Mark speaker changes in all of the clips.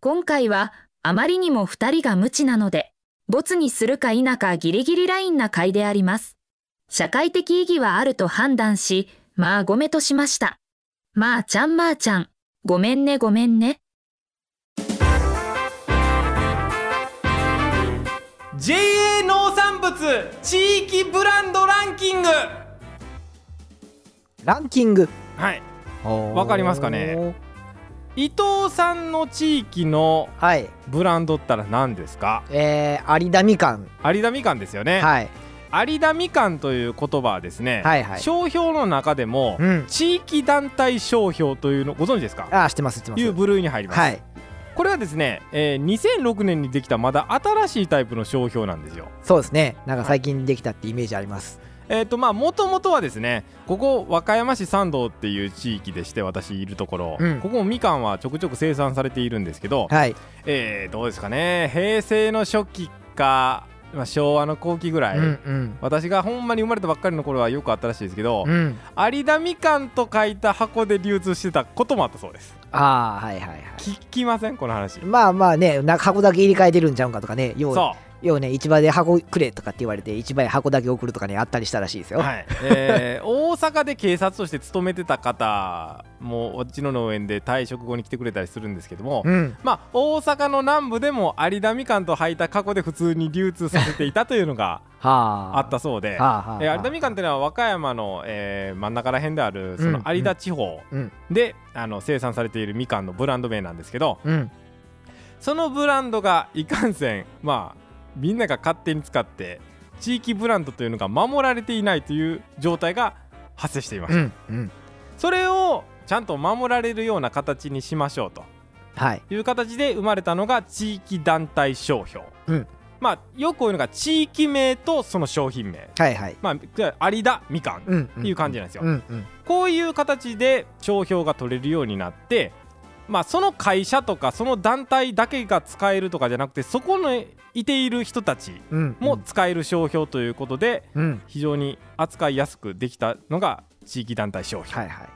Speaker 1: 今回はあまりにも二人が無知なので、ボツにするか否かギリギリラインな回であります。社会的意義はあると判断し、まあごめとしました。まあちゃんまあちゃん、ごめんねごめんね。
Speaker 2: JA 農産物地域ブランドランキングは
Speaker 3: ランキング
Speaker 2: いわかりますかね伊藤さんの地域の
Speaker 3: はい
Speaker 2: ブランドったら何ですか
Speaker 3: えー、有田みかん、
Speaker 2: 有田みかんですよね、
Speaker 3: はい、
Speaker 2: 有田みかんという言葉はですね、
Speaker 3: はいはい
Speaker 2: 商標の中でも
Speaker 3: うん
Speaker 2: 地域団体商標というのご存知ですか
Speaker 3: ああしてますしてま
Speaker 2: いう
Speaker 3: す
Speaker 2: 部類に入ります、
Speaker 3: はい
Speaker 2: これはですね、えー2006年にできたまだ新しいタイプの商標なんですよ
Speaker 3: そうですねなんか最近できたってイメージあります
Speaker 2: えーとまあもともとはですねここ和歌山市三道っていう地域でして私いるところ、
Speaker 3: うん
Speaker 2: ここもみかんはちょくちょく生産されているんですけど、
Speaker 3: はい
Speaker 2: えーどうですかね平成の初期か、まあ、昭和の後期ぐらい、
Speaker 3: うんうん
Speaker 2: 私がほんまに生まれたばっかりの頃はよくあったらしいですけど、
Speaker 3: うん
Speaker 2: 有田みかんと書いた箱で流通してたこともあったそうです
Speaker 3: ああはいはいはい
Speaker 2: 聞きませんこの話
Speaker 3: まあまあねなんか箱だけ入れ替えてるんちゃうんかとかねよう
Speaker 2: そ
Speaker 3: ようね市場で箱くれとかって言われて市場へ箱だけ送るとかねあったりしたらしいです
Speaker 2: う、
Speaker 3: よ、
Speaker 2: はいえー大阪で警察として勤めてた方もうちの農園で退職後に来てくれたりするんですけども、
Speaker 3: うん
Speaker 2: まあ、大阪の南部でも有田みかんと履いた過去で普通に流通させていたというのが
Speaker 3: は あ
Speaker 2: あったそうで、
Speaker 3: はあはあ
Speaker 2: えー有田みかんっていうのは和歌山の、えー真ん中ら辺であるその
Speaker 3: うん
Speaker 2: 有田地方
Speaker 3: うん
Speaker 2: で、あの生産されているみかんのブランド名なんですけど
Speaker 3: うん
Speaker 2: そのブランドがいかんせんまあみんなが勝手に使って地域ブランドというのが守られていないという状態が発生していまし
Speaker 3: う
Speaker 2: た、
Speaker 3: んうん
Speaker 2: それをちゃんと守られるような形にしましょうと
Speaker 3: はい
Speaker 2: いう形で生まれたのが地域団体商標、
Speaker 3: うん
Speaker 2: まあよくこういうのが地域名とその商品名
Speaker 3: はいはい
Speaker 2: まあ有田みかん、
Speaker 3: うん
Speaker 2: っていう感じなんですよ
Speaker 3: うんうん
Speaker 2: こういう形で商標が取れるようになってまあその会社とかその団体だけが使えるとかじゃなくてそこにいている人たち
Speaker 3: うん
Speaker 2: も使える商標ということで
Speaker 3: うん
Speaker 2: 非常に扱いやすくできたのが地域団体商標、
Speaker 3: はいはい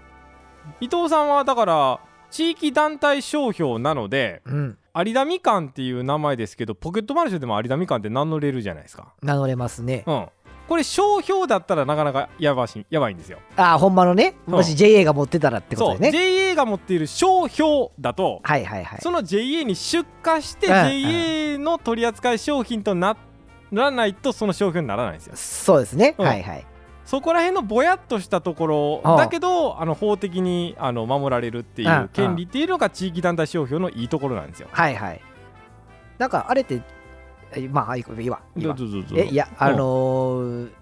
Speaker 2: 伊藤さんはだから地域団体商標なので、
Speaker 3: うん
Speaker 2: 有田みかんっていう名前ですけどポケットマルシェでも有田みかんって名乗れるじゃないですか
Speaker 3: 名乗れますね
Speaker 2: うんこれ商標だったらなかなかやばしやばいんですよ
Speaker 3: ああほんまのね
Speaker 2: そう
Speaker 3: もし JA が持ってたらってこと
Speaker 2: そう
Speaker 3: でね
Speaker 2: JA が持っている商標だと、
Speaker 3: はいはいはい
Speaker 2: その JA に出荷して
Speaker 3: うん
Speaker 2: JA の取り扱い商品とならないとその商標にならないんですよ
Speaker 3: そうですね
Speaker 2: うん
Speaker 3: はいはい
Speaker 2: そこら辺のぼやっとしたところ
Speaker 3: ああ
Speaker 2: だけどあの法的にあの守られるってい
Speaker 3: あ
Speaker 2: う
Speaker 3: あ
Speaker 2: 権利っていうのが地域団体商標のいいところなんですよ
Speaker 3: はいはいなんかあれってえまあいいわいいわ
Speaker 2: どうぞどうぞ
Speaker 3: えいやあのー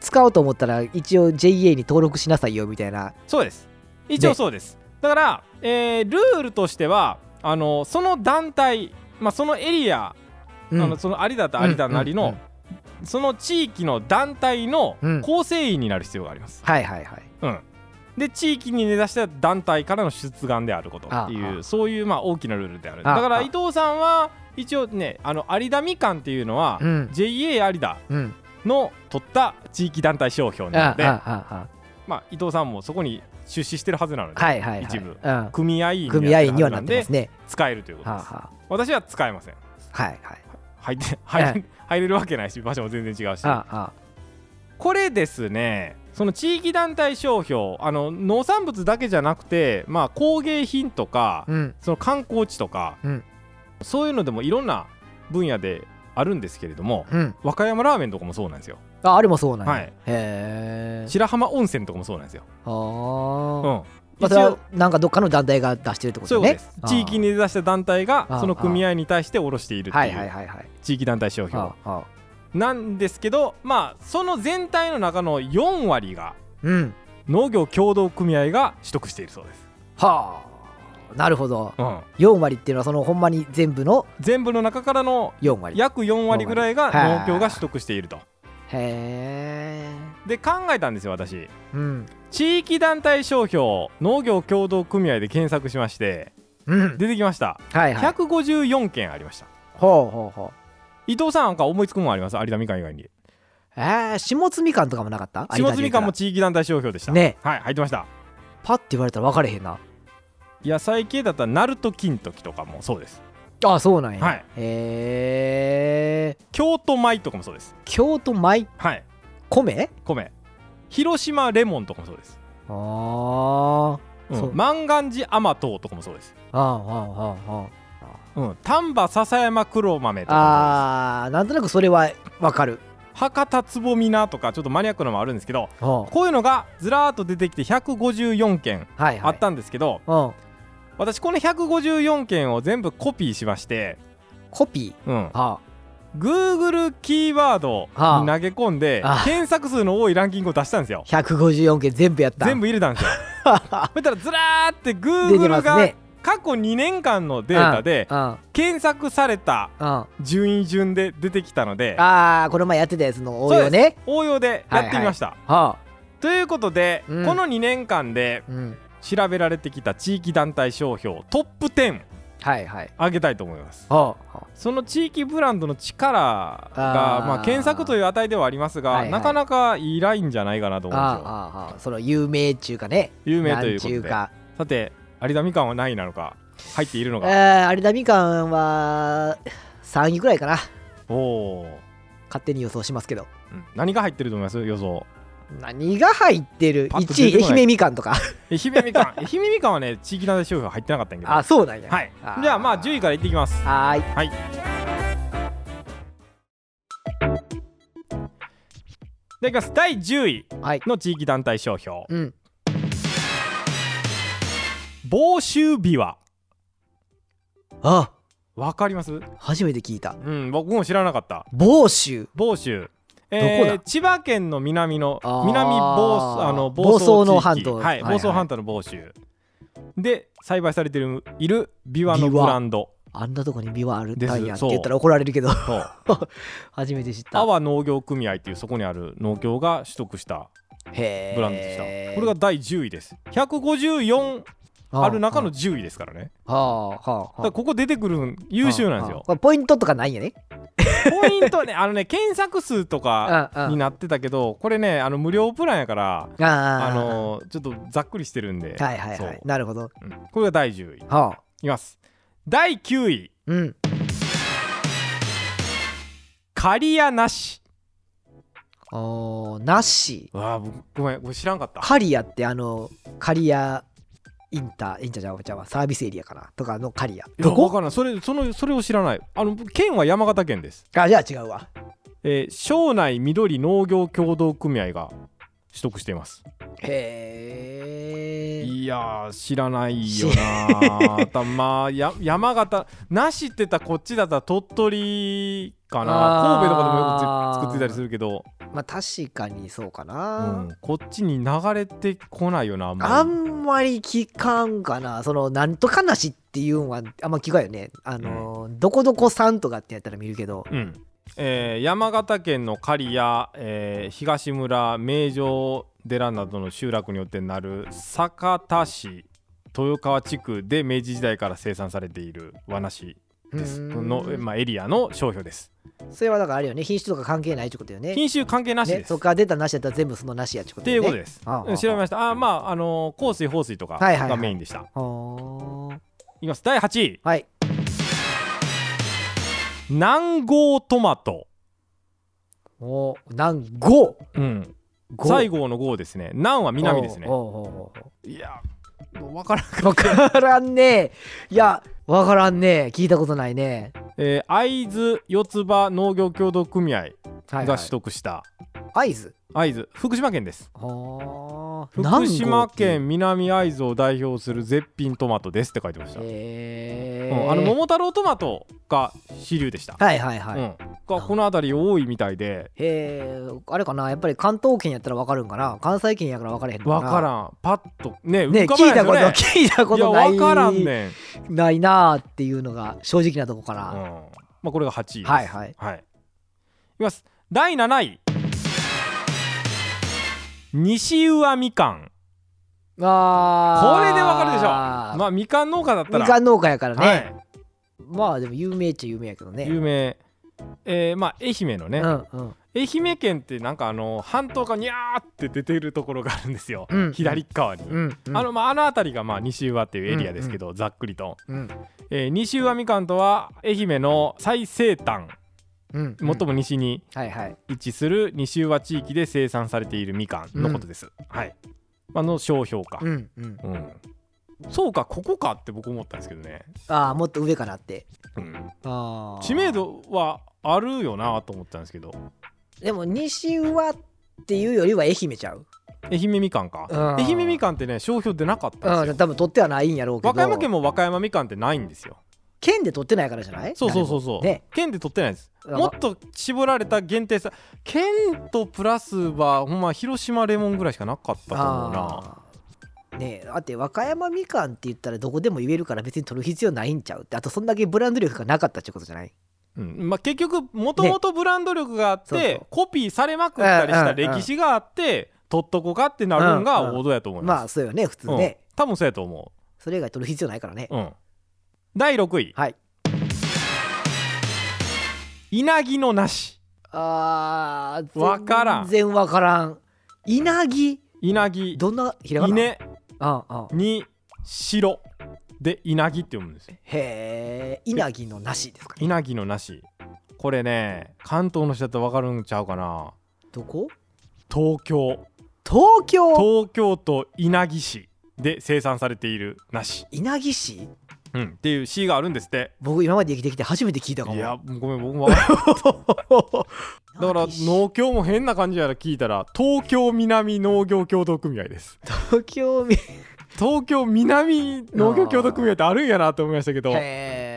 Speaker 3: 使おうと思ったら一応 JA に登録しなさいよみたいな
Speaker 2: そうです一応
Speaker 3: ね
Speaker 2: そうです、だから、えールールとしてはあのその団体、まあ、そのエリア、
Speaker 3: うん
Speaker 2: あのその有田と有田なりの、
Speaker 3: うんうん
Speaker 2: その地域の団体の
Speaker 3: うん
Speaker 2: 構成員になる必要があります、
Speaker 3: はいはいはい
Speaker 2: うんで地域に根ざした団体からの出願であることってい
Speaker 3: あ
Speaker 2: う
Speaker 3: ああ
Speaker 2: そういうまあ大きなルールである
Speaker 3: ああ
Speaker 2: だか
Speaker 3: あ
Speaker 2: ら
Speaker 3: あ
Speaker 2: 伊藤さんは一応ねあの有田みかんっていうのは、
Speaker 3: うん
Speaker 2: JA 有田
Speaker 3: うん
Speaker 2: の取った地域団体商標
Speaker 3: あ
Speaker 2: なの
Speaker 3: あ
Speaker 2: で
Speaker 3: あ
Speaker 2: まあ、伊藤さんもそこに出資してるはずなので、
Speaker 3: あはいはいはい
Speaker 2: 一部
Speaker 3: うん
Speaker 2: 組合員やってる
Speaker 3: 組合員にはな
Speaker 2: は
Speaker 3: っ
Speaker 2: ず
Speaker 3: てま
Speaker 2: です
Speaker 3: ね
Speaker 2: 使えるということ
Speaker 3: はあ
Speaker 2: です、
Speaker 3: は
Speaker 2: 私は使えません
Speaker 3: あはいはい
Speaker 2: 入って入れ入れるわけないし場所も全然違うし
Speaker 3: あああ
Speaker 2: これですねその地域団体商標あの農産物だけじゃなくて、まあ、工芸品とか
Speaker 3: あうん
Speaker 2: その観光地とか、
Speaker 3: うん
Speaker 2: そういうのでもいろんな分野であるんですけれども
Speaker 3: うん
Speaker 2: 和歌山ラーメンとかもそうなんですよ
Speaker 3: ああれもそうなんや
Speaker 2: はい
Speaker 3: へえ
Speaker 2: 白浜温泉とかもそうなんですよ、
Speaker 3: あ
Speaker 2: う
Speaker 3: ー
Speaker 2: ん
Speaker 3: まあそ
Speaker 2: 一
Speaker 3: れ
Speaker 2: 応
Speaker 3: はなんかどっかの団体が出してるってこ
Speaker 2: そうい
Speaker 3: と
Speaker 2: うことで
Speaker 3: ね
Speaker 2: す、
Speaker 3: あー
Speaker 2: 地域に根ざした団体が
Speaker 3: ああ
Speaker 2: その組合に対して卸しているって
Speaker 3: はい
Speaker 2: い
Speaker 3: はいうはいはい
Speaker 2: 地域団体商標
Speaker 3: ああああ
Speaker 2: なんですけどまあその全体の中の4割が
Speaker 3: うん
Speaker 2: 農業協同組合が取得しているそうです、
Speaker 3: はあなるほど
Speaker 2: うん、
Speaker 3: 4割っていうのはそのほんまに全部の
Speaker 2: 全部の中からの
Speaker 3: 4割へ
Speaker 2: 約4割ぐらいが
Speaker 3: 四割
Speaker 2: 農協が取得していると
Speaker 3: え
Speaker 2: で考えたんですよ私
Speaker 3: うん
Speaker 2: 地域団体商標農業協同組合で検索しまして
Speaker 3: うん
Speaker 2: 出てきました
Speaker 3: はいはい
Speaker 2: 154件ありました
Speaker 3: ほうほうほう
Speaker 2: 伊藤さんなんか思いつくもんあります有田みかん以外に
Speaker 3: えー、下津みかんとかもなかった
Speaker 2: 下津みかんも
Speaker 3: 有田で言うたら
Speaker 2: 地域団体商標でした
Speaker 3: ね
Speaker 2: はい入ってました
Speaker 3: パッて言われたら分かれへんな
Speaker 2: 野菜系だったらナルト金時とかもそうです
Speaker 3: あそうなんや、
Speaker 2: はい
Speaker 3: へえ
Speaker 2: 京都米とかもそうです
Speaker 3: 京都米
Speaker 2: はい
Speaker 3: 米
Speaker 2: 米広島レモンとかもそうです、
Speaker 3: あー
Speaker 2: う、
Speaker 3: そうん
Speaker 2: 万願寺甘党とかもそうです、
Speaker 3: ああああ
Speaker 2: うん、丹波篠山黒豆とかもそうです
Speaker 3: あーなんとなくそれはわかる
Speaker 2: 博多つぼみなとかちょっとマニアックなのもあるんですけど
Speaker 3: うん
Speaker 2: こういうのがずらーっと出てきて154件
Speaker 3: はい
Speaker 2: あ
Speaker 3: はい
Speaker 2: ったんですけど、
Speaker 3: うん
Speaker 2: 私この154件を全部コピーしまして、
Speaker 3: コピ
Speaker 2: うん
Speaker 3: ー、あ
Speaker 2: Google キーワードに投げ込んで、
Speaker 3: はあああ
Speaker 2: 検索数の多いランキングを出したんですよ
Speaker 3: 154件全部やった
Speaker 2: 全部入れたん ですよそしたらずらーって
Speaker 3: 出て
Speaker 2: Google
Speaker 3: ます
Speaker 2: が
Speaker 3: ね
Speaker 2: 過去2年間のデータで
Speaker 3: うんうん
Speaker 2: 検索された
Speaker 3: あ
Speaker 2: 順位順で出てきたので
Speaker 3: あーこの前やってたやつの応用
Speaker 2: そうで
Speaker 3: ね
Speaker 2: す応用でやってみました、
Speaker 3: はあ
Speaker 2: ということで、
Speaker 3: うん
Speaker 2: この2年間で
Speaker 3: うん
Speaker 2: 調べられてきた地域団体商標トップ10
Speaker 3: はいはい
Speaker 2: 上げたいと思います
Speaker 3: はあは
Speaker 2: その地域ブランドの力が
Speaker 3: あー
Speaker 2: まあ、検索という値ではありますが、
Speaker 3: はいはい
Speaker 2: なかなかいいラインじゃないかなと
Speaker 3: あ
Speaker 2: 思うんですよ
Speaker 3: あああその有名っちゅうかね
Speaker 2: 有名ということ
Speaker 3: なんちゅう
Speaker 2: で
Speaker 3: か
Speaker 2: さて有田みかんは何位なのか入っているの
Speaker 3: え
Speaker 2: か
Speaker 3: ー有田みかんは3位ぐらいかな
Speaker 2: おおー、
Speaker 3: 勝手に予想しますけど
Speaker 2: うん何が入ってると思います予想
Speaker 3: 何が入ってる
Speaker 2: パッと
Speaker 3: 1
Speaker 2: 出てこな
Speaker 3: 位
Speaker 2: い
Speaker 3: 愛媛みかんとか
Speaker 2: 愛媛み かん愛媛みかんはね地域団体商標入ってなかったんやけど
Speaker 3: あそうなんや
Speaker 2: はい
Speaker 3: あー
Speaker 2: じゃあまあ10位からいっていきます
Speaker 3: はーい
Speaker 2: でいきます第10位
Speaker 3: はい
Speaker 2: の地域団体商標
Speaker 3: うん
Speaker 2: 房州琵琶
Speaker 3: あ
Speaker 2: わかります
Speaker 3: 初めて聞いた
Speaker 2: うん僕も知らなかった
Speaker 3: 房州
Speaker 2: 房州
Speaker 3: どこだ
Speaker 2: 千葉県の南の
Speaker 3: あー
Speaker 2: 南房あの
Speaker 3: 房総の半
Speaker 2: 地域
Speaker 3: 島
Speaker 2: はい
Speaker 3: はいはい
Speaker 2: 房総半島の房州で栽培されているいるビワの
Speaker 3: ビワ
Speaker 2: ブランド
Speaker 3: あんなとこにビワあるたん
Speaker 2: で
Speaker 3: や
Speaker 2: す
Speaker 3: って
Speaker 2: そう
Speaker 3: 言ったら怒られるけど
Speaker 2: そう
Speaker 3: 初めて知った
Speaker 2: 阿波農業組合っていうそこにある農協が取得した
Speaker 3: へー
Speaker 2: ブランドでした、これが第10位です154ある中の
Speaker 3: は
Speaker 2: 10位ですからね
Speaker 3: あはあは
Speaker 2: だ
Speaker 3: あ
Speaker 2: からここ出てくるん優秀なんです
Speaker 3: ああ
Speaker 2: よ
Speaker 3: これポイントとかないんやね
Speaker 2: ポイントはねあのね検索数とか
Speaker 3: ああ
Speaker 2: になってたけどこれねあの無料プランやから
Speaker 3: ああ
Speaker 2: あのちょっとざっくりしてるんで、
Speaker 3: はいはい
Speaker 2: そ
Speaker 3: は
Speaker 2: う
Speaker 3: いなるほど
Speaker 2: うんこれが第10位い
Speaker 3: はあ
Speaker 2: きます第9位
Speaker 3: うん
Speaker 2: 刈谷なし
Speaker 3: おーなし
Speaker 2: わあ僕ごめんこれ知らんかった
Speaker 3: 刈谷ってあの刈谷インターインターじゃんじゃんサービスエリアかなとかの刈谷
Speaker 2: いや
Speaker 3: ど
Speaker 2: わ
Speaker 3: こ
Speaker 2: からんそれそのそれを知らないあの県は山形県です
Speaker 3: あじゃあ違うわ
Speaker 2: えー、庄内緑農業協同組合が取得しています
Speaker 3: へえ
Speaker 2: いやー知らないよなーたまあや山形なしって言ったらこっちだったら鳥取かな
Speaker 3: あー
Speaker 2: 神戸とかでもよくつ作ってたりするけど、
Speaker 3: まあ確かにそうか
Speaker 2: う
Speaker 3: な、
Speaker 2: ん、こっちに流れてこないよなあんまり
Speaker 3: あんまり聞かんかなそのなんとかなしっていうんはあんま聞かんよねあのー、どこどこさんとかってやったら見るけど
Speaker 2: うんえー山形県の刈谷、えー東村名城寺などの集落によってなる酒田市豊川地区で明治時代から生産されている和梨です
Speaker 3: うーん
Speaker 2: この、まあ、エリアの商標です
Speaker 3: それはだからあれよね品種とか関係ないってことよね
Speaker 2: 品種関係なしで
Speaker 3: ね
Speaker 2: す、
Speaker 3: そっから出たなしやったら全部そのなしやってこ
Speaker 2: っ
Speaker 3: と
Speaker 2: ていう
Speaker 3: よね
Speaker 2: ことです
Speaker 3: ああ
Speaker 2: うん調べましたあーまああのー香水放水とか
Speaker 3: はいはいはい
Speaker 2: がメインでした、い
Speaker 3: は
Speaker 2: きます第8位
Speaker 3: あはい
Speaker 2: 南郷トマト、
Speaker 3: おなんご
Speaker 2: うん、西郷の郷ですね南は南ですね
Speaker 3: おうおうおうおう
Speaker 2: いや分からん
Speaker 3: わからんねいやわからんね聞いたことないね
Speaker 2: えー、会津四つ葉農業協同組合
Speaker 3: はいは
Speaker 2: が
Speaker 3: い
Speaker 2: 取得した
Speaker 3: 会津
Speaker 2: 会津、福島県です
Speaker 3: はあ
Speaker 2: 福島県南会津を代表する絶品トマトですって書いてました、
Speaker 3: へえ
Speaker 2: うん、あの桃太郎トマトが主流でした、
Speaker 3: はいはいはい、
Speaker 2: う
Speaker 3: へ
Speaker 2: ん、がこの辺り多いみたいで
Speaker 3: えあれかなやっぱり関東圏やったらわかるんかな関西圏やからわからへんのかな
Speaker 2: わからんパッとね
Speaker 3: ね
Speaker 2: 浮かば
Speaker 3: 聞い
Speaker 2: ないです
Speaker 3: た
Speaker 2: よ
Speaker 3: こと
Speaker 2: ね
Speaker 3: 聞いたことない
Speaker 2: いやわからんねん、うん
Speaker 3: ないなーっていうのが正直なとこかな、
Speaker 2: まあ、これが8位です
Speaker 3: はいはい
Speaker 2: はい、いきます第7位西宇和みかん
Speaker 3: あ
Speaker 2: これでわかるでしょ
Speaker 3: ま
Speaker 2: まあみかん農家だったら
Speaker 3: みかん農家やからね、
Speaker 2: はい
Speaker 3: まあでも有名っちゃ有名やけどね
Speaker 2: 有名、えーまあ愛媛のね、
Speaker 3: うんうん
Speaker 2: 愛媛県ってなんかあの半島がにゃーって出てるところがあるんですよ、
Speaker 3: うん
Speaker 2: 左側に、
Speaker 3: うんうん
Speaker 2: あのまあ、あの辺りがまあ西宇和っていうエリアですけど、ざっくりと、
Speaker 3: うん
Speaker 2: えー西宇和みかんとは愛媛の最西端
Speaker 3: うん
Speaker 2: 最も西に
Speaker 3: はいはい
Speaker 2: 位置する西宇和地域で生産されているみかんのことです、はい、まあ、の商標か、
Speaker 3: うんうん
Speaker 2: うんそうかここかって僕思ったんですけどね、
Speaker 3: ああもっと上かなって
Speaker 2: うん
Speaker 3: あー
Speaker 2: 知名度はあるよなと思ったんですけど
Speaker 3: でも西はっていうよりは愛媛ちゃう
Speaker 2: 愛媛みかんか
Speaker 3: うん
Speaker 2: 愛媛みかんってね商標出なかったんで
Speaker 3: う
Speaker 2: す
Speaker 3: ん
Speaker 2: よ
Speaker 3: 多分取ってはないんやろうけど
Speaker 2: 和歌山県も和歌山みかんってないんですよ
Speaker 3: 県で取ってないからじゃない
Speaker 2: そうそうそうそう、
Speaker 3: 誰もね
Speaker 2: 県で取ってないです
Speaker 3: あ
Speaker 2: もっと絞られた限定さ県とプラスはほんま広島レモンぐらいしかなかったと思うな
Speaker 3: あーねえだって和歌山みかんって言ったらどこでも言えるから別に取る必要ないんちゃうってあとそんだけブランド力がなかったってことじゃない
Speaker 2: うんまあ、結局もともとブランド力があって、
Speaker 3: ねそうそう
Speaker 2: コピーされまくったりした歴史があって、取っとこかってなるんが王道やと思い
Speaker 3: ま
Speaker 2: ま
Speaker 3: あ
Speaker 2: す、
Speaker 3: そうよね普通
Speaker 2: うん
Speaker 3: ね、
Speaker 2: 多分そうやと思
Speaker 3: それ以外取る必要ないからね、
Speaker 2: う、うん、第6位
Speaker 3: はい
Speaker 2: 稲城の梨
Speaker 3: あー
Speaker 2: わからん
Speaker 3: 全然わからん稲城
Speaker 2: 稲城
Speaker 3: どんなひらがな
Speaker 2: 稲
Speaker 3: ああ
Speaker 2: に白で稲城って読むんですよ
Speaker 3: へえ稲城のなしですかね
Speaker 2: 稲城の梨これね関東の人だと分かるんちゃうかな
Speaker 3: どこ
Speaker 2: 東京
Speaker 3: 東京
Speaker 2: 東京都稲城市で生産されている梨、
Speaker 3: 稲城市
Speaker 2: うん、っていう市があるんですって
Speaker 3: 僕今まで生きてきて初めて聞いたかも
Speaker 2: いやごめん僕も分かんない だから
Speaker 3: 稲城市
Speaker 2: 農協も変な感じやら聞いたら東京南農業協同組合です
Speaker 3: 東京み
Speaker 2: 東京南農業協同組合ってあるんやなと思いましたけど
Speaker 3: へー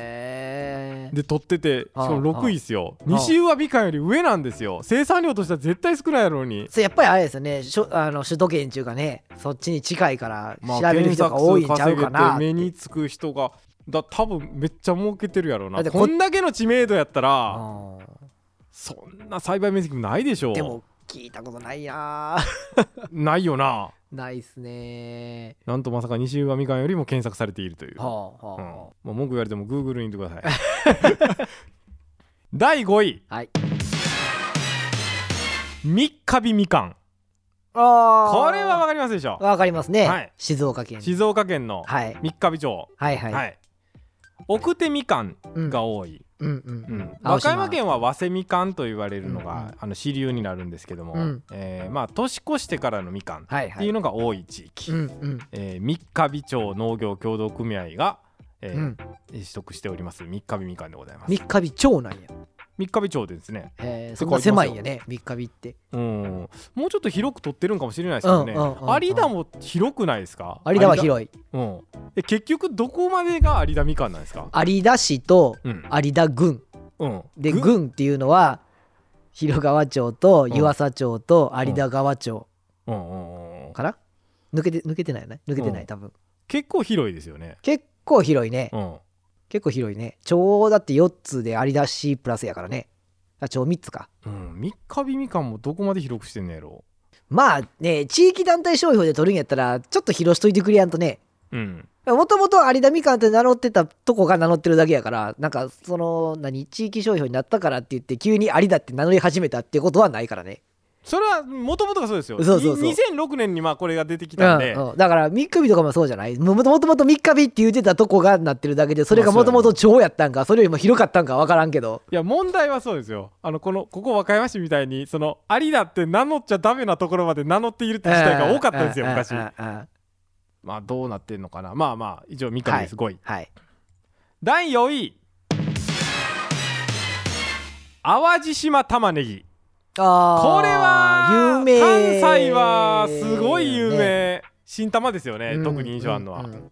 Speaker 2: で取っててしかも
Speaker 3: ああ
Speaker 2: 6位ですよ
Speaker 3: あ
Speaker 2: 西宇和みかんより上なんですよ生産量としては絶対少ないやろうに
Speaker 3: それやっぱりあれですよねしょあの首都圏っていうかねそっちに近いから
Speaker 2: まあ
Speaker 3: 調べる人が多いんちゃうかなっ
Speaker 2: 検索数
Speaker 3: て
Speaker 2: 目につく人がだ多分めっちゃ儲けてるやろう
Speaker 3: だ
Speaker 2: な
Speaker 3: ってこ
Speaker 2: こんだけの知名度やったら
Speaker 3: うん
Speaker 2: そんな栽培面積もないでしょう
Speaker 3: でも聞いたことないなー
Speaker 2: ないよな
Speaker 3: ないっすね
Speaker 2: なんとまさか西浦みかんよりも検索されているという、
Speaker 3: ーはあは
Speaker 2: う
Speaker 3: あ
Speaker 2: ん
Speaker 3: は
Speaker 2: もう文句言われてもグーグルに言ってください 第5位
Speaker 3: あはい
Speaker 2: 三日日みかん
Speaker 3: あー
Speaker 2: これはわかりますでしょ
Speaker 3: わかりますね、
Speaker 2: はい
Speaker 3: 静岡県
Speaker 2: 静岡県の
Speaker 3: はい
Speaker 2: 三日日町
Speaker 3: はいはい、
Speaker 2: はい奥手みかん
Speaker 3: うん
Speaker 2: が多い、
Speaker 3: うんうん
Speaker 2: うん和
Speaker 3: 青
Speaker 2: 歌
Speaker 3: 島
Speaker 2: 山県は早生みかんと言われるのが、
Speaker 3: うんうん
Speaker 2: あの支流になるんですけども、
Speaker 3: うん
Speaker 2: えーまあ年越してからのみかんっ
Speaker 3: はいは
Speaker 2: ていう
Speaker 3: い
Speaker 2: のが多い地域、
Speaker 3: うんうん
Speaker 2: えー三日日町農業協同組合が、えー
Speaker 3: うん
Speaker 2: 取得しております三日日みかんでございます
Speaker 3: 三日日町なんや
Speaker 2: 三日日町でですね
Speaker 3: へーそんな狭いんやね三日日って
Speaker 2: うんもうちょっと広く取ってるんかもしれないですけどね、
Speaker 3: うんうんうんうん
Speaker 2: 有田も広くないですか
Speaker 3: 有田は広い
Speaker 2: 田うんえ結局どこまでが有田みかんなんですか
Speaker 3: 有田市と
Speaker 2: うん
Speaker 3: 有田郡
Speaker 2: うん
Speaker 3: で
Speaker 2: ぐ
Speaker 3: 郡っていうのは広川町と湯浅町と有田川町
Speaker 2: うんうんうん
Speaker 3: かな、抜けて抜けてないよね抜けてな
Speaker 2: う
Speaker 3: い
Speaker 2: ん
Speaker 3: 多分
Speaker 2: 結構広いですよね
Speaker 3: 結構広いね、
Speaker 2: うん
Speaker 3: 結構広いね町だって4つで有田市プラスやからねあ町3つか
Speaker 2: うん、三日日みかんもどこまで広くしてんのやろ
Speaker 3: まあね地域団体商標で取るんやったらちょっと広しといてくれやんとね
Speaker 2: うん
Speaker 3: もともと有田みかんって名乗ってたとこが名乗ってるだけやからなんかその何地域商標になったからって言って急に有田って名乗り始めたってことはないからね
Speaker 2: それはもともとがそうですよ
Speaker 3: そうそうそう
Speaker 2: い2006年にまあこれが出てきたんで、
Speaker 3: うんうん、だから三日日とかもそうじゃないももともともと三日日って言ってたとこがなってるだけでそれがもともと町やったんかそれよりも広かったんか分からんけど
Speaker 2: いや問題はそうですよあのこのここ和歌山市みたいにその有田って名乗っちゃダメなところまで名乗っているって自体が多かったんですよ
Speaker 3: うんうんうん
Speaker 2: 昔
Speaker 3: うんうん
Speaker 2: まあどうなってんのかなまあまあ以上三上です、5位
Speaker 3: はい
Speaker 2: 第4位淡路島玉ねぎ
Speaker 3: あー
Speaker 2: これは
Speaker 3: 有名
Speaker 2: 関西はすごい有名、新玉ですよね、
Speaker 3: うん
Speaker 2: 特に印象あるのは、
Speaker 3: うんうん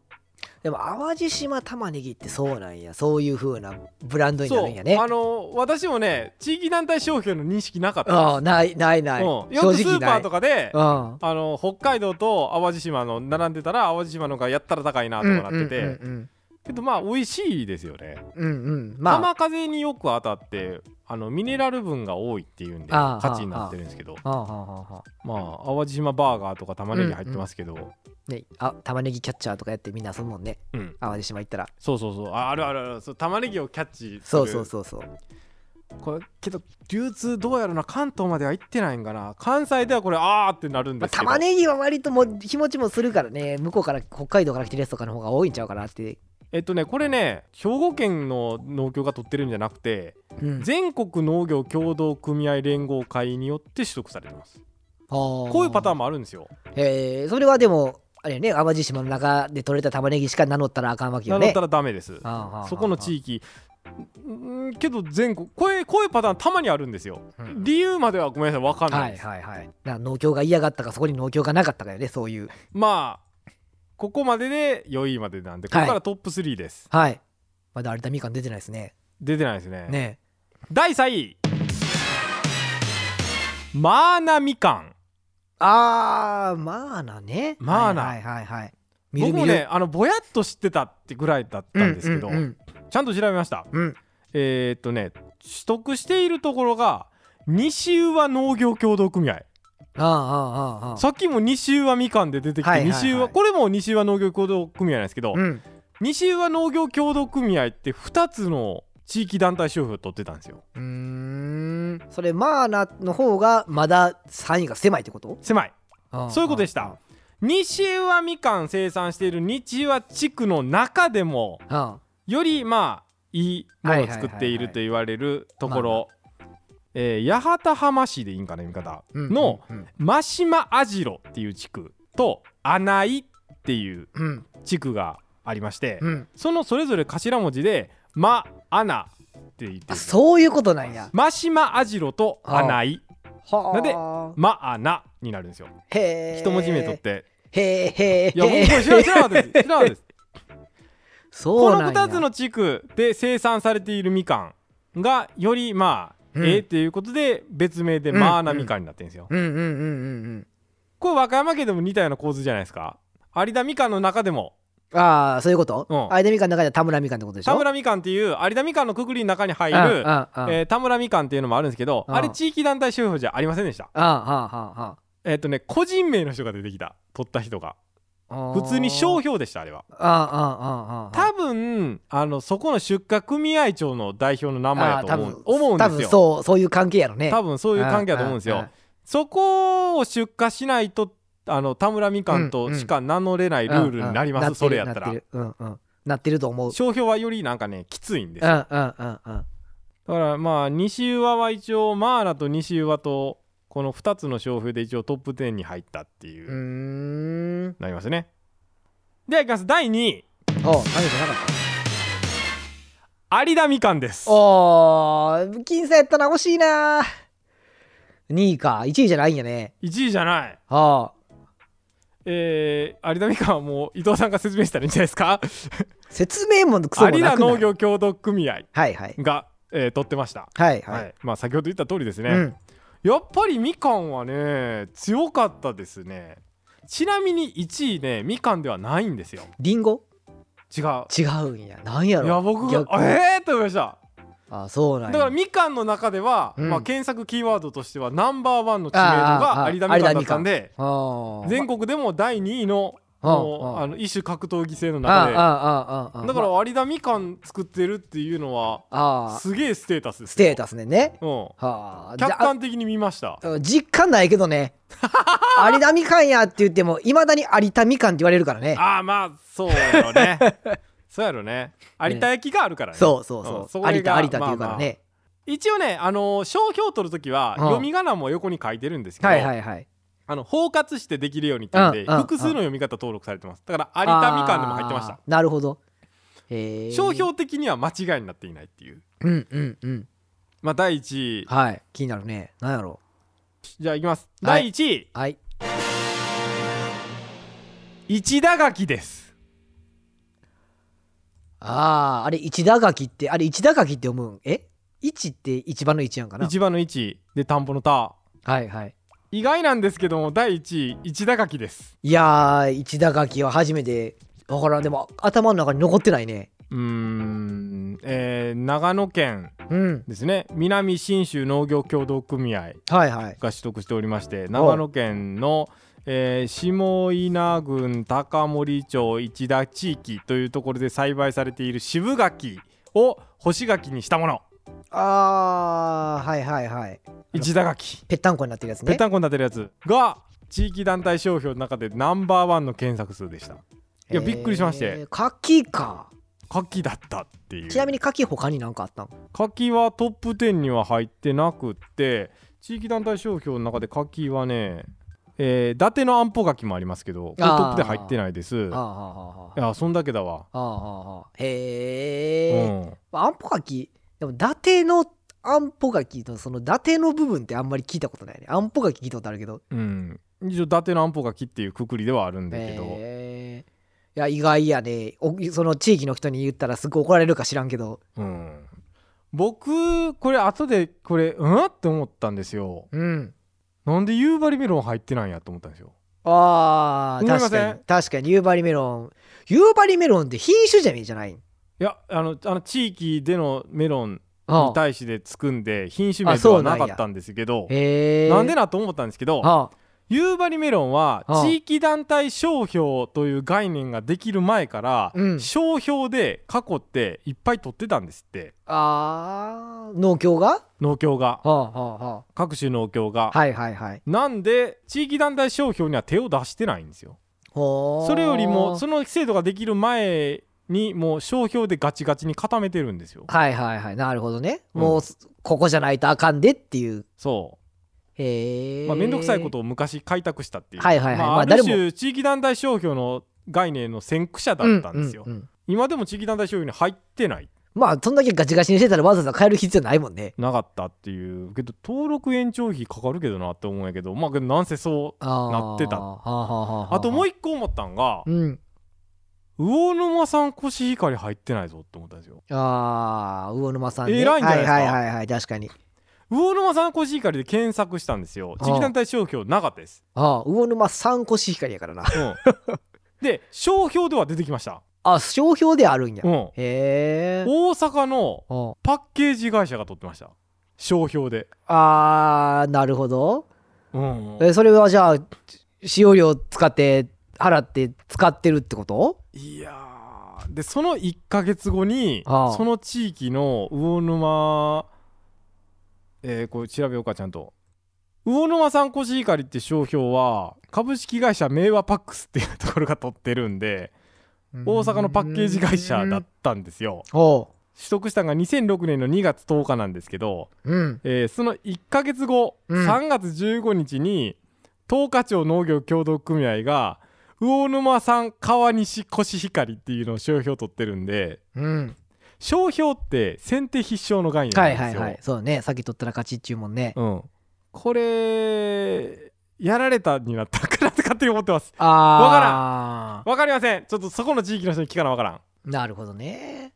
Speaker 3: でも淡路島玉ねぎってそうなんやそういう風なブランドにな
Speaker 2: そ
Speaker 3: る
Speaker 2: うん
Speaker 3: やね
Speaker 2: あの私もね地域団体商標の認識なかった
Speaker 3: あないないない
Speaker 2: うん、
Speaker 3: 正
Speaker 2: よくス
Speaker 3: 直
Speaker 2: ーパ
Speaker 3: な
Speaker 2: ー
Speaker 3: い
Speaker 2: とかで、
Speaker 3: うん
Speaker 2: あの北海道と淡路島の並んでたら淡路島の方がやったら高いなとかなってて、
Speaker 3: うん
Speaker 2: けどまあ美味しいですよね、
Speaker 3: うんうんうんうんまあ
Speaker 2: 浜風によく当たってあのミネラル分が多いっていうんで
Speaker 3: ああ
Speaker 2: 価値になってるんですけど
Speaker 3: ああああああ
Speaker 2: まあ淡路島バーガーとか玉ねぎ入ってますけど、
Speaker 3: ねあ玉ねぎキャッチャーとかやってみんな遊ぶもんね
Speaker 2: うん
Speaker 3: 淡路島行ったら
Speaker 2: そうそうそうああるあるあるそう玉ねぎをキャッチする
Speaker 3: そうそうそうそう
Speaker 2: これけど流通どうやらな関東までは行ってないんかな関西ではこれあーってなるん
Speaker 3: ま
Speaker 2: で
Speaker 3: あ、
Speaker 2: すけど、
Speaker 3: 玉ねぎは割ともう日持ちもするからね向こうから北海道から来てるやつとかの方が多いんちゃうかなって、
Speaker 2: えっとねこれね兵庫県の農協が取ってるんじゃなくて
Speaker 3: うん、
Speaker 2: 全国農業協同組合連合会によって取得されてます
Speaker 3: こ
Speaker 2: こういうパター
Speaker 3: ン
Speaker 2: ンもあるんですよ
Speaker 3: えー、それはでもあれやね淡路島の中で取れた玉ねぎしか名乗ったらあかんわけよ
Speaker 2: 名乗っ
Speaker 3: ね
Speaker 2: たらダメですそこの地
Speaker 3: 域、
Speaker 2: 域んけど全国こういうこういうパターンたまにあるんですよ
Speaker 3: うん
Speaker 2: 理由まではごめんなさい分かんな
Speaker 3: はいい
Speaker 2: です、
Speaker 3: はいはいな農協が嫌がったかそこに農協がなかったかよねそういう
Speaker 2: まあここまでで良いまでなんでこ
Speaker 3: はい
Speaker 2: こからトップ3です、
Speaker 3: はいまだ有田みかん出てないですね
Speaker 2: 出てないですね
Speaker 3: ね
Speaker 2: 第3位マーナみかん
Speaker 3: あーまあなね
Speaker 2: まあな
Speaker 3: はいはいはい、はい、見る
Speaker 2: 僕も
Speaker 3: 見る
Speaker 2: ねあのぼやっと知ってたってぐらいだったんですけど、
Speaker 3: うんうん
Speaker 2: ちゃんと調べました
Speaker 3: うんうん
Speaker 2: えー、っとね取得しているところが西宇和農業協同組合
Speaker 3: ああああああ
Speaker 2: さっきも西宇和みかんで出てきて、
Speaker 3: はいはいはい
Speaker 2: 西宇和これも西宇和農業協同組合なんですけど、
Speaker 3: うん
Speaker 2: 西宇和農業協同組合って2つの地域団体商標を取ってたんですよ
Speaker 3: うーんそれマーナの方がまだ範囲が狭いってこと
Speaker 2: 狭いそういうことでし
Speaker 3: あ
Speaker 2: た西宇和みかん生産している西宇和地区の中でも
Speaker 3: ああ
Speaker 2: よりまあいいものを作ってい
Speaker 3: はいはいはいはい
Speaker 2: ると言われるところえー八幡浜市でいいんかな読み方
Speaker 3: あ
Speaker 2: の、
Speaker 3: うん
Speaker 2: 真島網代っていう地区と穴井っていう
Speaker 3: うん
Speaker 2: 地区がありまして
Speaker 3: うん
Speaker 2: そのそれぞれ頭文字で「ま」「穴」って言って
Speaker 3: あ
Speaker 2: る
Speaker 3: そういうことなんや
Speaker 2: 真島網代と穴井
Speaker 3: は
Speaker 2: なんでまあなになるんですよ。
Speaker 3: でへえ
Speaker 2: 一文字目取って。
Speaker 3: へえへえ
Speaker 2: いや、僕も知らん知らなかったで す。知らなかったです。
Speaker 3: そ
Speaker 2: こ
Speaker 3: う
Speaker 2: の
Speaker 3: なんや
Speaker 2: 2つの地区で生産されているみかんがよりまあ、
Speaker 3: うん
Speaker 2: ええっていうことで別名で
Speaker 3: うん
Speaker 2: マーナみかんになってるんですよ。
Speaker 3: うんうんうんうん
Speaker 2: これ和歌山県でも似たような構図じゃないですか。有田みかんの中でも
Speaker 3: うんああそういうこと
Speaker 2: うん
Speaker 3: 相田みかんの中では田村みかんってことでしょ
Speaker 2: 田村みかんっていう有田みかんのくくりの中に入
Speaker 3: あ
Speaker 2: る、
Speaker 3: あああ
Speaker 2: えー田村みかんっていうのもあるんですけど
Speaker 3: うん
Speaker 2: あれ地域団体商標じゃありませんでした。
Speaker 3: あああ
Speaker 2: えっ、とね個人名の人が出てきた取った人が
Speaker 3: ああ
Speaker 2: 普通に商標でしたあれは。
Speaker 3: ああああああ
Speaker 2: 多分あのそこの出荷組合長の代表の名前だと思う思うんで
Speaker 3: 多
Speaker 2: す
Speaker 3: 分
Speaker 2: よ
Speaker 3: そうそういう関係やろね
Speaker 2: 多分そういう関係だと思うんです
Speaker 3: ああ
Speaker 2: よそこを出荷しないとあの田村みかん
Speaker 3: う
Speaker 2: と
Speaker 3: んうん
Speaker 2: しか名乗れないルールになります、
Speaker 3: うんうん
Speaker 2: それやった
Speaker 3: な
Speaker 2: ら
Speaker 3: てるなってるうんうんなってると思う
Speaker 2: 商標はよりなんかねきついんです
Speaker 3: うんう
Speaker 2: よ
Speaker 3: んうんうん
Speaker 2: だからまあ西浦は一応マーラと西浦とこの2つの商標で一応トップ10に入ったっていう、
Speaker 3: うーん
Speaker 2: なりますねではいきます第2位
Speaker 3: おう何じゃなかっ
Speaker 2: 有田みかんです
Speaker 3: たおー僅差やったな惜しいな2位か1位じゃないんやね
Speaker 2: 1位じゃない
Speaker 3: はあ
Speaker 2: えー、有田美香はもう伊藤さんが説明したらいいんじゃないですか
Speaker 3: 説明もクソもなく
Speaker 2: 有
Speaker 3: ない
Speaker 2: 田農業協同組合
Speaker 3: はいはい
Speaker 2: が、えー取ってました、
Speaker 3: はいは
Speaker 2: はい
Speaker 3: い、
Speaker 2: まあ先ほど言った通りですね、
Speaker 3: うん
Speaker 2: やっぱりみかんはね強かったですねちなみに1位ねみかんではないんですよ
Speaker 3: リンゴ
Speaker 2: 違う
Speaker 3: 違うんやなんやろ
Speaker 2: いや僕が
Speaker 3: 逆
Speaker 2: えー、と思いました
Speaker 3: あそうな
Speaker 2: だ
Speaker 3: ん
Speaker 2: か
Speaker 3: や
Speaker 2: らみかんの中では、
Speaker 3: うん
Speaker 2: まあ、検索キーワードとしてはナンバーワンの知名度
Speaker 3: あーあ
Speaker 2: が
Speaker 3: ー
Speaker 2: 有田みかんだったんで
Speaker 3: あー
Speaker 2: 全国でも第2位の
Speaker 3: あ
Speaker 2: もう
Speaker 3: あ
Speaker 2: あの異種格闘技制の
Speaker 3: ああ
Speaker 2: 中で
Speaker 3: ああああ
Speaker 2: だから有田みかん作ってるっていうのは
Speaker 3: ああ
Speaker 2: すげえステータスです
Speaker 3: ステー
Speaker 2: タ
Speaker 3: タスねね
Speaker 2: ス、うん、
Speaker 3: はあじゃ
Speaker 2: 客
Speaker 3: あ
Speaker 2: 観的に見ました
Speaker 3: 実感ないけど ね有田みかんやって言ってもいまだに有田みかんって言われるからね
Speaker 2: ああまあそうやろ ねそうやろね有田焼きがあるからね
Speaker 3: そうそうそう
Speaker 2: うん、そ
Speaker 3: 有
Speaker 2: れが
Speaker 3: 田有田って言うからね、
Speaker 2: 一応ねあのー商標を取るときは
Speaker 3: うん
Speaker 2: 読み仮名も横に書いてるんですけど、
Speaker 3: はいはいはい
Speaker 2: あの包括してできるようにっていうので
Speaker 3: うんうん
Speaker 2: 複数の読み方登録されてますだから有田みかんでも入ってまし
Speaker 3: あ
Speaker 2: た
Speaker 3: ーなるほどへえ
Speaker 2: 商標的には間違いになっていないっていう
Speaker 3: うんうんうん
Speaker 2: まあ第1位
Speaker 3: はい気になるねなんやろ
Speaker 2: じゃあいきます、
Speaker 3: は
Speaker 2: 第
Speaker 3: い
Speaker 2: 1位
Speaker 3: うはい
Speaker 2: 一打書きです
Speaker 3: あああれ一打書きってあれ一打書きって読むんえ一って一番の一やんかな
Speaker 2: 一番の1で田んぼの田
Speaker 3: はいはい
Speaker 2: 意外なんですけども第1位一打書きです
Speaker 3: いやー一打書きは初めてわからんでも頭の中に残ってないね
Speaker 2: うーん、えー長野県
Speaker 3: うん
Speaker 2: ですね南信州農業協同組合
Speaker 3: はいはい
Speaker 2: が取得しておりまして長野県の、えー下稲郡高森町市田地域というところで栽培されている渋柿を干し柿にしたもの
Speaker 3: あーはいはいはい
Speaker 2: 一打書き
Speaker 3: ぺったんこになってるやつ
Speaker 2: ぺ
Speaker 3: ね
Speaker 2: ったんこになってるやつが地域団体商標の中でナンバーワンの検索数でしたいやびっくりしまして
Speaker 3: えー柿か
Speaker 2: 牡蠣だったっていう
Speaker 3: ちなみに柿他に何かあったの
Speaker 2: 柿はトップ10には入ってなくって地域団体商標の中で柿はね、えー、伊達の安保柿もありますけどこれト
Speaker 3: あ
Speaker 2: ッ
Speaker 3: ー
Speaker 2: プ10入ってないです
Speaker 3: ああ
Speaker 2: い
Speaker 3: ああああ
Speaker 2: やそんだけだわ、
Speaker 3: ああああへ
Speaker 2: う
Speaker 3: え、
Speaker 2: ん
Speaker 3: あんぽかきでも伊達のあんぽかきのその伊達の部分ってあんまり聞いたことないねあんぽかき聞いたことあるけど
Speaker 2: うん、一応伊達の安保柿っていうくくりではあるんだけど、
Speaker 3: へーいや意外やねおその地域の人に言ったらすぐ怒られるか知らんけど
Speaker 2: うん、僕これ後でこれうんって思ったんですよ
Speaker 3: うん
Speaker 2: なんで夕張メロン入ってないんやと思ったんですよ
Speaker 3: あー
Speaker 2: 思いません
Speaker 3: 確かに確かに夕張メロン夕張メロンって品種じゃねえじゃないん
Speaker 2: いやあのあの地域でのメロン
Speaker 3: あ
Speaker 2: に
Speaker 3: あ
Speaker 2: 対してつくんで品種
Speaker 3: あ
Speaker 2: 名で
Speaker 3: そう
Speaker 2: は
Speaker 3: なん
Speaker 2: な
Speaker 3: や
Speaker 2: かったんですけど
Speaker 3: へえ
Speaker 2: なんで
Speaker 3: な
Speaker 2: なと思ったんですけど
Speaker 3: あ
Speaker 2: 夕張メロンは
Speaker 3: ああ
Speaker 2: 地域団体商標という概念ができる前から
Speaker 3: うん
Speaker 2: 商標で過去っていっぱい取ってたんですって
Speaker 3: あー農協が
Speaker 2: 農協が
Speaker 3: はあはあは
Speaker 2: 各種農協が
Speaker 3: あはいはいはい
Speaker 2: なんで地域団体商標には手を出してないんですよ
Speaker 3: ほー
Speaker 2: それよりもその制度ができる前にもう商標でガチガチに固めてるんですよ
Speaker 3: はいはいはいなるほどね、
Speaker 2: うん
Speaker 3: もうすここじゃないとあかんでっていう
Speaker 2: そ
Speaker 3: へ
Speaker 2: う
Speaker 3: え
Speaker 2: まあ面倒くさいことを昔開拓したっていう
Speaker 3: はいはいはい
Speaker 2: ま
Speaker 3: まあ
Speaker 2: ああ
Speaker 3: 誰
Speaker 2: る
Speaker 3: も
Speaker 2: 種地域団体商標の概念の先駆者だったんですよ
Speaker 3: うううん
Speaker 2: 今でも地域団体商標に入ってない
Speaker 3: まあそんだけガチガチにしてたらわざわざ変える必要ないもんね
Speaker 2: なかったっていうけど登録延長費かかるけどなって思うんやけどまあけどなんせそう
Speaker 3: あー
Speaker 2: なってた
Speaker 3: はあはあはあ
Speaker 2: あともう
Speaker 3: 一
Speaker 2: 一個思ったんが
Speaker 3: うん
Speaker 2: 魚沼さんコシヒカリ入ってないぞって思ったんですよ
Speaker 3: ああ魚沼さんね
Speaker 2: 偉いんじゃないですか
Speaker 3: はいはいはいはい確かに
Speaker 2: 魚沼さんコシヒカリで検索したんですよ
Speaker 3: ああ
Speaker 2: 地域団体商標なかったです、
Speaker 3: ああ魚沼三コシヒカリやからな
Speaker 2: うん、 で商標では出てきました、
Speaker 3: あ商標であるんや、
Speaker 2: うん
Speaker 3: へ
Speaker 2: 大
Speaker 3: え
Speaker 2: 阪の
Speaker 3: あ
Speaker 2: パッケージ会社が取ってました商標で、
Speaker 3: あーなるほど
Speaker 2: うん
Speaker 3: えそれはじゃあ使用料使って払って使ってるってこと
Speaker 2: いやーでその1ヶ月後に
Speaker 3: ああ
Speaker 2: その地域の魚沼えー、これ調べようかちゃんと魚沼産コシヒカリって商標は株式会社明和パックスっていうところが取ってるんで大阪のパッケージ会社だったんですよ
Speaker 3: お
Speaker 2: 取得したのが2006年の2月10日なんですけど、
Speaker 3: ううん
Speaker 2: えーその1ヶ月後、
Speaker 3: うん
Speaker 2: 3月15日に東華町農業協同組合が魚沼産川西コシヒカリっていうのを商標取ってるんで
Speaker 3: うん
Speaker 2: 商標って先手必勝の概念な
Speaker 3: は
Speaker 2: んで
Speaker 3: い
Speaker 2: すよ、
Speaker 3: はいはいそうねさっき取ったら勝ちっちゅうもんね、
Speaker 2: うん、これやられたになったんかなって勝手に思ってます
Speaker 3: ああわか
Speaker 2: わかりませんちょっとそこの地域の人に聞かなわからん
Speaker 3: らんなるほどね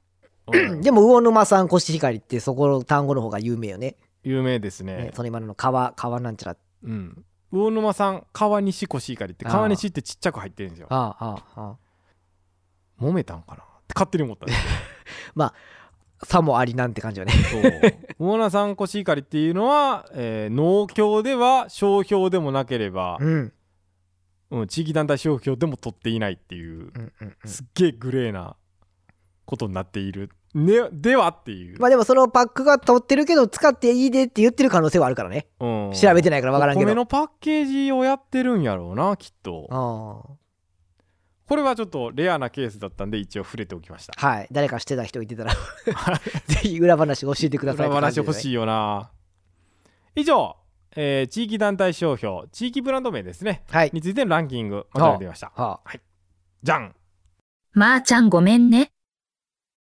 Speaker 2: うん
Speaker 3: でも魚沼産コシヒカリってそこの単語の方が有名よね
Speaker 2: 有名ですね
Speaker 3: ねその今の川川なんちゃら
Speaker 2: うん、魚沼産川西コシヒカリって
Speaker 3: あー
Speaker 2: 川西ってちっちゃく入ってるんですよ
Speaker 3: あああああ
Speaker 2: 揉めたんかなって勝手に思ったんです
Speaker 3: あさもありなんて感じよね
Speaker 2: そう魚沼産コシヒカリっていうのは、えー農協では商標でもなければ
Speaker 3: う、ん
Speaker 2: うん、地域団体商標でも取っていないっていう
Speaker 3: うんうんうん
Speaker 2: すっげえグレーなことになっている、ね、ではっていう、
Speaker 3: まあでもそのパックが取ってるけど使っていいでって言ってる可能性はあるからね
Speaker 2: うん、
Speaker 3: 調べてないからわからんけ
Speaker 2: お
Speaker 3: ど
Speaker 2: 米のパッケージをやってるんやろうなきっと
Speaker 3: ああ
Speaker 2: これはちょっとレアなケースだったんで一応触れておきました
Speaker 3: はい、誰かしてた人いてたら ぜひ裏話教えてください
Speaker 2: 裏話欲
Speaker 3: い
Speaker 2: しいよな以上、えー地域団体商標地域ブランド名ですね
Speaker 3: はい、
Speaker 2: についてのランキングまとめてみました
Speaker 3: はあ、
Speaker 2: じゃん
Speaker 1: まーちゃんごめんね。